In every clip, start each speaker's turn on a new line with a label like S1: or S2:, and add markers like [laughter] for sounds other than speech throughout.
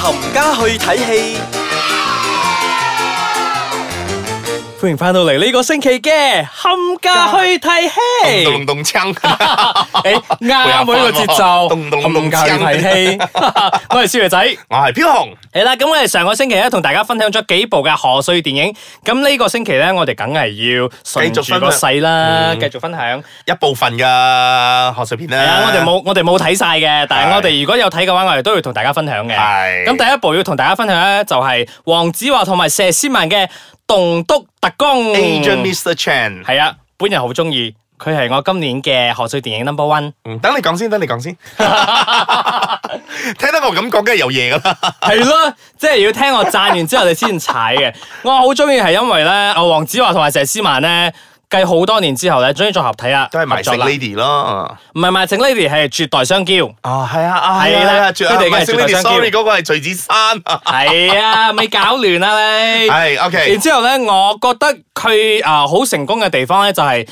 S1: 冚家去睇戲，歡迎翻到嚟呢個星期嘅冚家去睇戲。
S2: 咚咚 [laughs] 鏘， [laughs]
S1: 誒啱喎呢個節奏，
S2: 咚咚
S1: 冚家去睇戲。 [laughs] 我係少爺仔。
S2: 我係飄紅，
S1: 係啦，咁我哋上個星期咧同大家分享咗幾部嘅賀歲電影，咁呢個星期咧我哋梗係要順
S2: 繼續
S1: 住
S2: 分享
S1: 個勢啦，
S2: 嗯
S1: 繼續分享。
S2: 一部分嘅賀歲片
S1: 係啊，
S2: 啦，
S1: 我哋冇我哋冇睇晒嘅，但係
S2: 係
S1: 我哋如果有睇嘅話，我哋都要同大家分享嘅。
S2: 係
S1: 咁第一部要同大家分享咧，就係黃子華同埋佘詩曼嘅《棟篤特工》。
S2: Agent Mr. Chan，
S1: 係啊，本人好中意，佢係我今年嘅賀歲電影 number one。
S2: 嗯等你講先，等你講先， [laughs] 聽得我咁講，梗係有嘢噶啦，
S1: 係咯， [laughs] 即係要聽我讚完之後你先踩嘅。我好中意係因為咧，阿黃子華同埋佘詩曼咧。繼好多年之後咧，終於再合體啦，
S2: 都係埋
S1: 合作
S2: 食
S1: 啦
S2: Lady 咯，
S1: 唔係埋正 lady 係絕代雙
S2: [laughs]
S1: 驕，
S2: 啊係啊啊
S1: 係啦
S2: 絕
S1: 佢哋嘅
S2: 埋食
S1: 絕對
S2: Lady
S1: 相叫
S2: sorry 嗰個係
S1: [laughs]
S2: 徐子珊，
S1: 係啊，咪搞亂啦你。
S2: 係
S1: 然
S2: OK，
S1: 之後咧，我覺得佢啊好成功嘅地方咧，就係、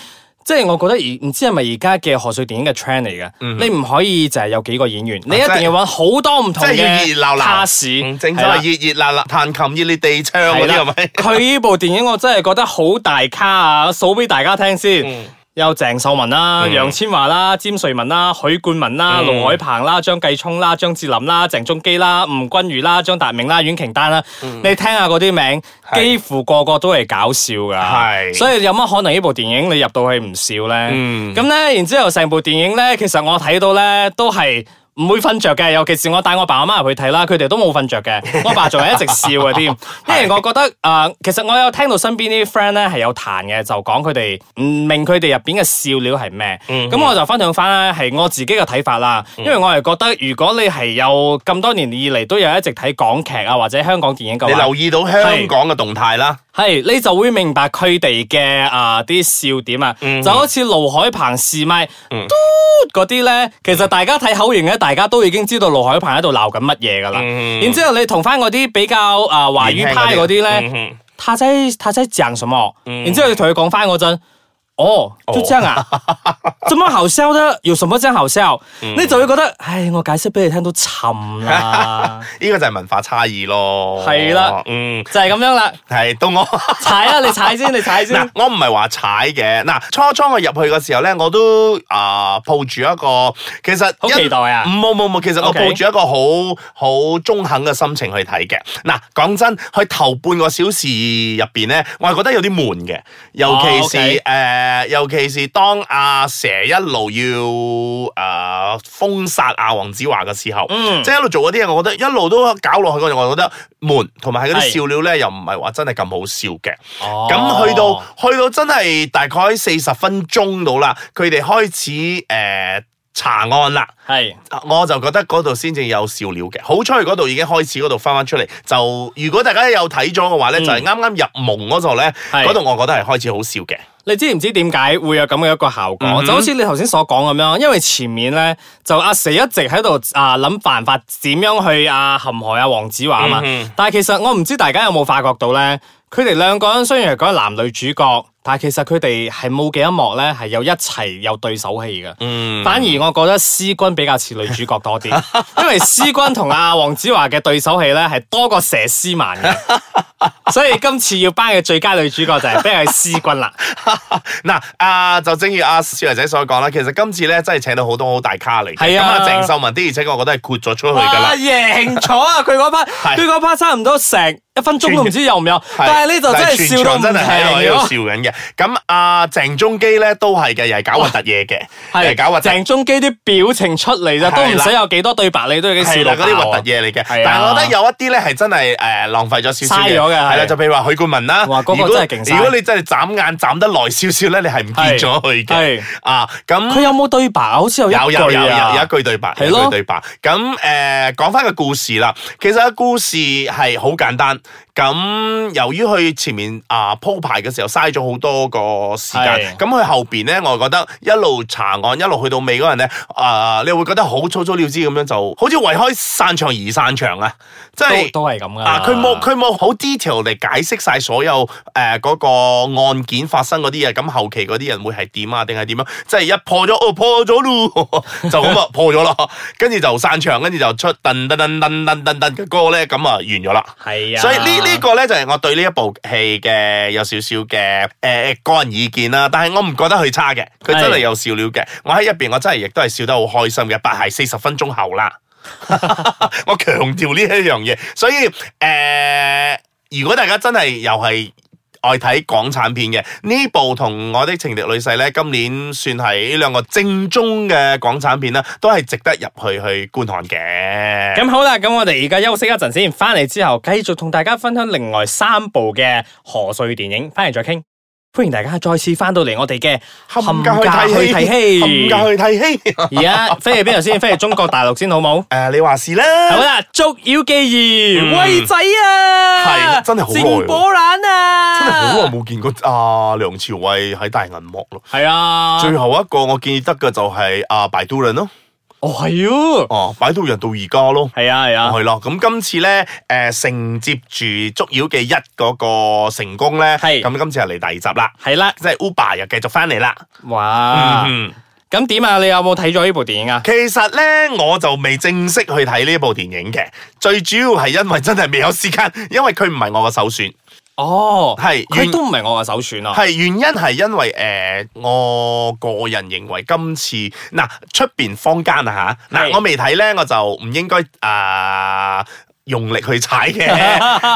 S1: 即係我覺得而唔知係咪而家嘅賀歲電影嘅 trend 嚟嘅，你唔可以就係有幾個演員，你一
S2: 嗯即係
S1: 定要揾好多唔同
S2: 即係要熱
S1: 嘅
S2: 熱鬧鬧，嗯
S1: cast，
S2: 正所
S1: 係啦
S2: 謂熱熱鬧鬧，彈琴熱烈地唱嗰
S1: 係
S2: 啲係
S1: 啦
S2: 咪？
S1: 佢呢部電影我真係覺得好大咖啊！數俾大家聽先。有鄭秀文啦、
S2: 嗯
S1: 楊千嬅啦、詹瑞文啦、許冠文啦、
S2: 嗯
S1: 盧海鵬啦、張繼聰啦、張智霖啦、鄭中基啦、吳君如啦、張達明啦、阮瓊丹啦，你聽下嗰啲名，
S2: 嗯係
S1: 幾乎個個都係搞笑㗎，
S2: 係
S1: 所以有乜可能呢部電影你入到去唔笑呢？
S2: 嗯
S1: 咁呢，然之後成部電影呢，其實我睇到呢都係。唔會瞓着嘅，尤其是我帶我爸我媽入去睇啦，佢哋都冇瞓着
S2: [laughs]
S1: 嘅。我爸仲係一直笑嘅添，因為我覺得啊、呃其實我有聽到身邊啲 friend 咧係有彈嘅，就講佢哋唔明佢哋入邊嘅笑料係咩。
S2: 嗯
S1: 咁、我就分享翻咧係我自己嘅睇法啦，因為我係覺得如果你係有咁多年以嚟都有一直睇港劇啊或者香港電影嘅
S2: 你
S1: 話
S2: 留，意到香港嘅動態啦，
S1: 係你就會明白佢哋嘅啊啲笑點啊，
S2: 嗯
S1: 就好似盧海鵬試麥。
S2: 嗯
S1: 嗰啲咧，其實大家睇口型咧，大家都已經知道盧海鵬喺度鬧緊乜嘢噶啦。
S2: 嗯
S1: 然之後你同翻嗰啲比較啊華語派嗰啲咧，
S2: 咧。
S1: 他仔他仔講什麼？
S2: 嗯
S1: 然之後你同佢講翻嗰陣，哦，就這樣
S2: [laughs]
S1: 啊，怎麼好笑呢？有什麼真好笑？
S2: 嗯
S1: 你就會覺得，唉，我解釋俾你聽都沉
S2: [laughs]
S1: 啦，
S2: 呢個就係文化差異咯。
S1: 係啦
S2: 嗯，
S1: 就係咁樣啦。
S2: 係到我
S1: 踩啊啦，你踩先，你踩先。
S2: 嗱，我唔係話踩嘅。嗱，初初我入去嘅時候咧，我都啊、抱住一個其實
S1: 好
S2: 一
S1: 期待啊
S2: 冇冇冇，其實我
S1: OK
S2: 抱住一個好好中肯嘅心情去睇嘅。嗱，講真，去頭半個小時入邊咧，我係覺得有啲悶嘅，尤其是
S1: 哦，OK
S2: 誒、呃尤其是當阿蛇一路要啊、封殺阿黃子華嘅時候，
S1: 嗯
S2: 即係一路做嗰啲嘢，我覺得一路都搞落去嗰陣，我覺得悶，同埋係嗰
S1: 係
S2: 啲笑料咧，又唔係話真係咁好笑嘅。咁
S1: 咁
S2: 去到去到真係大概四十分鐘到啦，佢哋開始誒、呃查案啦。
S1: 係
S2: 我就覺得嗰度先至有笑料嘅，好彩嗰度已經開始嗰度翻翻出嚟。就如果大家有睇咗嘅話咧，
S1: 嗯
S2: 就係啱啱入夢嗰度咧，
S1: 係
S2: 嗰度我覺得係開始好笑嘅。
S1: 你知唔知點解會有咁嘅一個效果？
S2: 嗯哼
S1: 就好似你頭先所講咁樣，因為前面咧就阿蛇一直喺度啊諗辦法點樣去啊陷害阿黃子華啊嘛。
S2: 嗯哼
S1: 但係其實我唔知大家有冇發覺到咧，佢哋兩個人雖然係講男女主角，但係其實佢哋係冇幾多幕咧係有一齊有對手戲嘅。
S2: 嗯，
S1: 反而我覺得思君比較似女主角多 [laughs] 啲，因為思君同阿黃子華嘅對手戲咧係多過佘詩曼 [laughs] 嘅，所以今次要頒嘅最佳女主角就係俾佢思君啦。
S2: 嗱，啊就正如阿少爺仔所講啦，其實今次咧真係請到好多好大咖嚟嘅。
S1: 係啊
S2: 咁啊，鄭秀文的而且確我覺得係豁咗出去㗎
S1: 哇！
S2: 啦。
S1: 贏咗啊！佢嗰 part，
S2: 係
S1: 佢嗰 part 差唔多成一分鐘都唔知有唔有，但係呢就真係笑到唔
S2: 但係全場真係喺度喺度
S1: 停啊
S2: 笑緊嘅。咁阿鄭中基咧都係嘅，又係搞核突嘢嘅，又係搞核突。
S1: 鄭中基啲表情出嚟咋，都唔
S2: 係啦
S1: 使有幾多對白，你都已經笑
S2: 係啦，
S1: 到
S2: 嗰啲
S1: 爆
S2: 核
S1: 啊
S2: 突！嘢嚟嘅，
S1: 係啊
S2: 但係我覺得有一啲咧係真係誒浪費咗少少
S1: 嘥咗嘅
S2: 係
S1: 係
S2: 啦，就譬如話許冠文啦，
S1: 哇嗰個
S2: 如果
S1: 真係勁嘥
S2: 如果你真係眨眼眨得耐少少咧，你係唔見咗佢嘅
S1: 係
S2: 啊。咁
S1: 佢有冇對白啊？好似有一
S2: 有有有
S1: 句
S2: 有
S1: 啊
S2: 有一句對白，
S1: 係
S2: 有一
S1: 咯
S2: 句對白。咁誒講翻個故事啦，其實個故事係好簡單。咁由於佢前面啊鋪排嘅時候嘥咗好多個時
S1: 係
S2: 間，咁佢後邊咧，我覺得一路查案一路去到尾嗰陣咧，啊、你會覺得好草草了之咁樣就，好似為開散場而散場啊！即係
S1: 都都係咁噶啦
S2: 啊啊，佢冇佢冇好 detail 嚟解釋晒所有誒嗰、個案件發生嗰啲嘢，咁後期嗰啲人會係點啊？定係點樣？即係一破咗，哦破咗咯， [laughs] 就咁啊破咗啦，跟住就散場，跟住就出噔噔噔噔噔噔噔嘅歌咧，咁啊完咗啦。
S1: 係啊，
S2: 所以呢呢、個咧就係我對呢一部戲嘅有少少嘅誒個人意見啦，但係我唔覺得佢差嘅，佢真係有笑料嘅。我喺入邊我真係亦都係笑得好開心嘅，但係四十分鐘後啦， [laughs] 我強調呢一樣嘢。所以誒、呃如果大家真係又係。愛睇港產片嘅呢部同我的情敵女婿咧，今年算係呢兩個正宗嘅港產片啦，都係值得入去去觀看嘅。
S1: 咁好啦，咁我哋而家休息一陣先，翻嚟之後繼續同大家分享另外三部嘅賀歲電影，翻嚟再傾。歡迎大家再次翻到嚟我哋嘅
S2: 冚家去睇戲，冚家
S1: 戲。
S2: 去 [laughs] 睇戲。
S1: 而家飛去邊度先？飛去中國大陸先好
S2: [laughs]
S1: 冇？
S2: 诶、你話是啦，
S1: 好啦，捉妖記
S2: 嗯
S1: 二，威仔啊，
S2: 係真係好耐喎
S1: 戰火冷啊，
S2: 真係好耐冇見過阿、梁朝偉喺大銀幕咯。
S1: 係啊，
S2: 最後一個我建議得嘅就係阿擺渡人咯，
S1: 哦係喎，
S2: 哦、擺渡人到而家咯。
S1: 係啊係啊，
S2: 係咯，咁今次咧，誒、承接住《捉妖記一》嗰個成功咧，
S1: 係
S2: 咁今次係嚟第二集啦，
S1: 係啦，
S2: 即係 Uber 又繼續翻嚟啦。
S1: 哇，
S2: 嗯
S1: 咁點啊？你有冇睇咗呢部電影啊？
S2: 其實咧，我就未正式去睇呢部電影嘅，最主要係因為真係未有時間，因為佢唔係我嘅首選，
S1: 哦，
S2: 係原
S1: 佢都唔係我嘅首選啊。
S2: 係原因係因為誒、呃我個人認為今次嗱出邊坊間啊嚇，嗱
S1: 係
S2: 我未睇咧，我就唔應該啊。用力去踩
S1: [laughs]
S2: 嘅，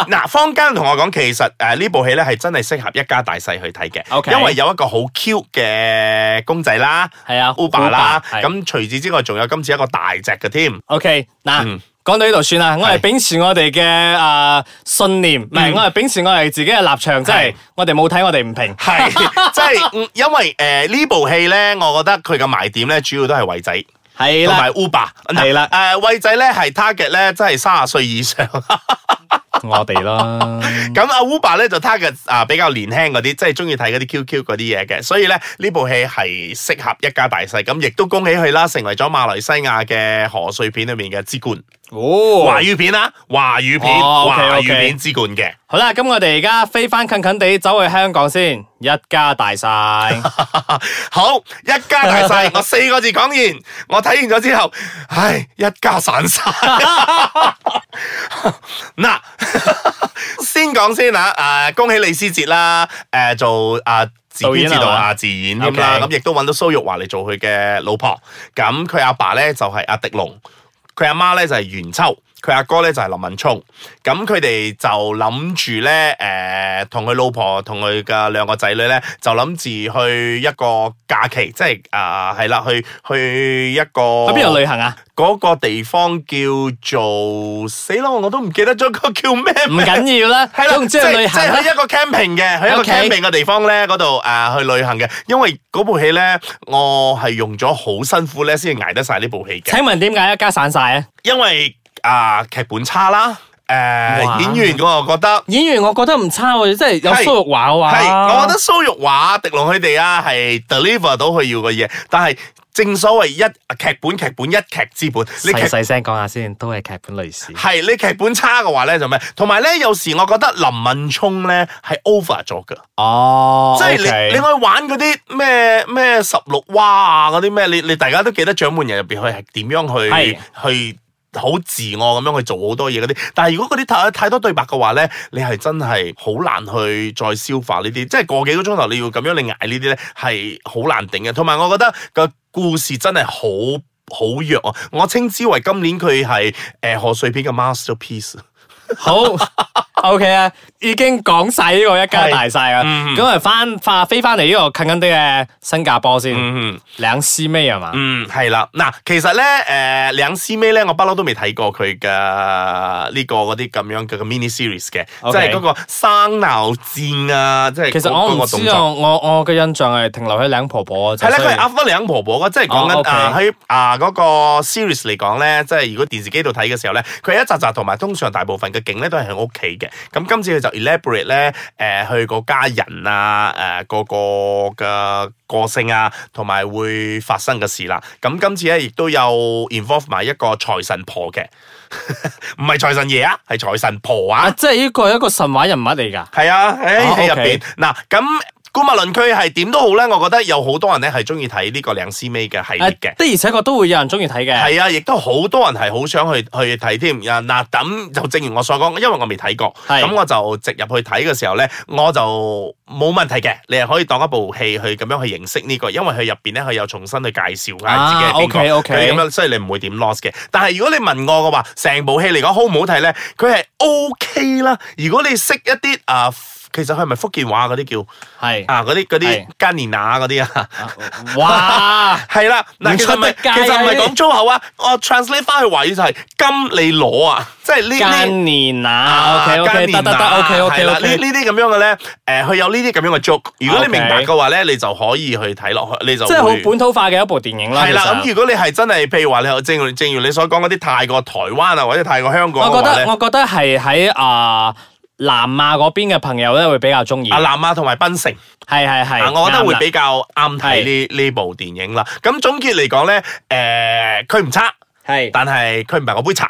S2: 嗱，坊間同我講，其實誒呢部戲咧係真係適合一家大細去睇嘅
S1: OK
S2: 因為有一個好 cute 嘅公仔啦
S1: 係啊
S2: ，Uber 啦，
S1: Uber，係
S2: 咁除此之外，仲有今次一個大隻嘅添，
S1: OK，嗱
S2: 嗯。
S1: 講到呢度算啦，我
S2: 係
S1: 係秉持我哋嘅啊信念，唔係
S2: 嗯
S1: 我係秉持我哋自己嘅立場，即
S2: 係
S1: 係我哋冇睇我哋唔評。
S2: 係 [laughs] 即係嗯因為誒呢部戲咧，我覺得佢嘅賣點咧，主要都係偉仔。
S1: 係
S2: 同
S1: 啦
S2: 埋，Uber
S1: 係啦
S2: 誒惠呃仔咧係 target 咧，真係三十歲以上。
S1: 嗯 [laughs] 我哋啦，
S2: 咁阿 Uber 咧就 target 啊比較年輕嗰啲，即係中意睇嗰啲 QQ 嗰啲嘢嘅。所以咧呢部戲係適合一家大細。咁亦都恭喜佢啦，成為咗馬來西亞嘅賀歲片裏面嘅之冠，
S1: 哦
S2: 華，語片啦，華語片，
S1: 哦
S2: 華
S1: OK，OK
S2: 語片之冠嘅。
S1: 好啦，咁我哋而家飛翻近近地走去香港先，一家大細。
S2: [laughs] 好，一家大
S1: [laughs]
S2: 細，我四個字講完，我睇完咗之後，唉，一家散晒。 [laughs] 嗱， [laughs] 先講先啊，诶、恭喜李思捷啦，诶、做啊。自
S1: 導
S2: 編
S1: 演
S2: 自導
S1: 係嘛
S2: 啊，自演添啦，
S1: OK
S2: 咁亦都揾到蘇玉華嚟做佢嘅老婆。咁佢阿爸咧就係阿迪龍，佢阿媽咧就係袁秋，佢阿哥咧就係林文聰。咁佢哋就諗住咧，誒、同佢老婆同佢嘅兩個仔女咧，就諗住去一個假期，即係啊，係、啦，去去一個
S1: 去邊度旅行啊？
S2: 嗰個地方叫做死咯，我都唔記得咗個叫咩
S1: 唔
S2: 名。
S1: 緊要 [laughs] 啦，
S2: 係啦，
S1: 總
S2: 即
S1: 之去
S2: 係
S1: 旅
S2: 即
S1: 行
S2: 係
S1: 啦
S2: 去。一個 camping 嘅，去一個
S1: OK
S2: camping 嘅地方咧，嗰度誒去旅行嘅。因為嗰部戲咧，我係用咗好辛苦咧，先至捱得晒呢部戲嘅。
S1: 請問點解一家散晒啊？
S2: 因為啊劇本差啦，
S1: 哇
S2: 誒演員我覺得。
S1: 演員我覺得唔差喎，即係有
S2: 係
S1: 蘇玉華嘅話，
S2: 係，我覺得蘇玉華、迪龍佢哋啊，係 deliver 到佢要嘅嘢，但係正所謂一劇本劇本一劇之本，你劇
S1: 細細聲講下先，都係劇本類似。
S2: 係你劇本差嘅話咧就咩？同埋咧有時我覺得林敏聰咧係 over 咗嘅，
S1: 哦，
S2: 即係
S1: OK
S2: 你你去玩嗰啲咩咩十六蛙啊嗰啲咩，你你大家都記得掌門人入邊佢係點樣去
S1: 係
S2: 去。好自我咁樣去做好多嘢嗰啲，但係如果嗰啲太太多對白嘅話咧，你係真係好難去再消化呢啲，即係個幾個鐘頭你要咁樣你捱呢啲咧係好難頂嘅。同埋我覺得個故事真係好好弱啊！我稱之為今年佢係誒賀歲片嘅 masterpiece。
S1: 好 OK 啊，已經講晒呢個一家大細啊，
S2: 嗯
S1: 咁啊翻翻飛翻嚟呢個近近啲嘅新加坡先，
S2: 嗯。
S1: 兩師妹係嘛？
S2: 嗯，係啦，嗱，其實咧，誒、兩師妹咧，我不嬲都未睇過佢嘅呢個嗰啲咁樣嘅 mini series 嘅
S1: OK
S2: 即係嗰個生鬧戰啊，即係
S1: 其實
S2: 嗰
S1: 我唔
S2: 嗰個動
S1: 知
S2: 作
S1: 啊，我我嘅印象係停留喺兩婆婆嘅
S2: 係
S1: 啫。
S2: 啦，
S1: 所以
S2: 佢係阿芬兩婆婆嘅，即係講
S1: 哦
S2: 緊
S1: ，OK
S2: 啊喺啊嗰個 series 嚟講咧，即係如果電視機度睇嘅時候咧，佢一集集同埋通常大部分嘅景咧都係喺屋企嘅。咁今次佢就 elaborate 咧，誒、去個家人啊，誒、個個嘅個性啊，同埋
S1: 嗯
S2: 會發生嘅事啦。咁今次咧亦都有 [laughs] involve 埋一個財神婆嘅。唔係財神爺啊，係財神婆
S1: 啊，
S2: 啊，
S1: 即系呢个係一个神话人物嚟噶。
S2: 係啊，
S1: 哦
S2: 喺戲入
S1: OK
S2: 邊嗱咁。古物論區係點都好咧，我覺得有好多人咧係中意睇呢個靚師妹嘅系
S1: 啊
S2: 列
S1: 的
S2: 嘅。
S1: 而且確都會有人中意睇嘅。
S2: 係啊，亦都好多人係好想去去睇添。啊嗱，咁就正如我所講，因為我未睇過，
S1: 係
S2: 咁我就直入去睇嘅時候咧，我就冇問題嘅。你係可以當一部戲去咁樣去認識呢、個，因為佢入邊咧佢有重新去介紹
S1: 啊
S2: 翻自己係邊個
S1: OK，OK
S2: 佢咁樣，所以你唔會點 loss 嘅。但係如果你問我嘅話，成部戲嚟講好唔好睇咧，佢係 OK 啦。如果你識一啲啊，其實佢係咪福建話嗰
S1: 係
S2: 啲叫啊嗰啲
S1: 係
S2: 嗰啲加連拿嗰啲啊？
S1: 哇，
S2: 系啦，
S1: 唔
S2: 嗱，其
S1: 出
S2: 實唔
S1: 得
S2: 係，
S1: 街啊
S2: 其實唔係
S1: 呢啲
S2: 講粗口啊，我 translate 翻去華語就係金你攞啊，即係呢呢
S1: 奸年啊，OK OK，
S2: 奸
S1: 得
S2: 年
S1: 得得
S2: 啊
S1: ，OK
S2: 係
S1: OK
S2: 啦呢
S1: OK，
S2: 呢啲咁樣嘅咧，誒，佢有呢啲咁樣嘅 joke，如果
S1: OK
S2: 你明白嘅話咧，你就可以去睇落去，你就
S1: 即係好
S2: 會
S1: 本土化嘅一部電影啦。
S2: 係啦，咁
S1: 其實
S2: 如果你係真係，譬如話你正如正如你所講嗰啲泰國、台灣啊，或者泰國香港
S1: 我
S2: 嘅
S1: 覺
S2: 話
S1: 得
S2: 咧，
S1: 我覺得係喺啊南亞嗰邊嘅朋友咧會比較中意。
S2: 啊
S1: 係
S2: 南亞同埋檳城。
S1: 係係，
S2: 啊，我覺
S1: 啱
S2: 得會
S1: 啦
S2: 比較啱睇呢呢部電影啦。咁總結嚟講咧，誒佢唔差，
S1: 係。
S2: 但係佢唔係我杯茶。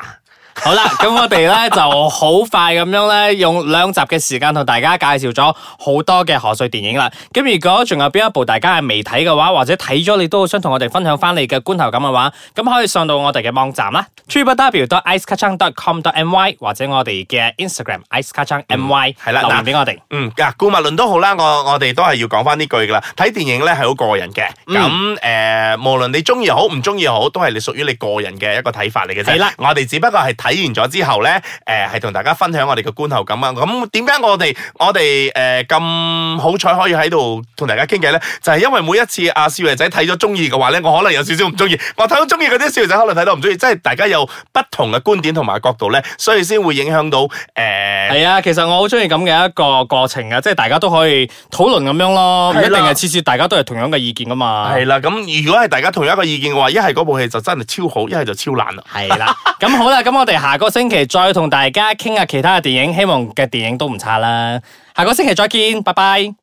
S1: 好啦，咁我哋咧就好快咁樣咧，用兩集嘅時間同大家介紹咗好多嘅賀歲電影啦。咁如果仲有邊一部大家係未睇嘅話，或者睇咗你都好想同我哋分享翻你嘅觀後感嘅話，咁可以上到我哋嘅網站啦 t r i p w d i c e k a c h a n g c o m m y 或者我哋嘅 Instagram i c e k a c h a n g m y
S2: 係啦
S1: 留言
S2: 嗱
S1: 俾我哋。
S2: 嗯，嗱，顧物論都好啦，我我哋都係要講翻呢句噶啦。睇電影咧係好個人嘅，
S1: 嗯
S2: 咁誒、呃，無論你中意又好，唔中意又好，都係你屬於你個人嘅一個睇法嚟嘅啫。
S1: 係啦
S2: 我哋只不過係睇完咗之後咧，誒、係同大家分享我哋嘅觀後感啊。咁點解我哋我哋誒咁好彩可以喺度同大家傾偈咧？就係、因為每一次阿少爺仔睇咗中意嘅話咧，我可能有少少唔中意；我睇到中意嗰啲少爺仔可能睇到唔中意，即係大家有不同嘅觀點同埋角度咧，所以先會影響到誒。呃
S1: 係啊，其實我好中意咁嘅一個過程啊，即係大家都可以討論咁樣咯，唔一
S2: 係
S1: 定
S2: 啦
S1: 係次次大家都係同樣嘅意見噶嘛。
S2: 系啦，咁如果係大家同一個意見嘅話，一係嗰部戲就真係超好，一係就超爛啦。
S1: 系啦，咁好啦，咁我哋下個星期再同大家傾下其他嘅電影，希望嘅電影都唔差啦。下個星期再見，拜拜。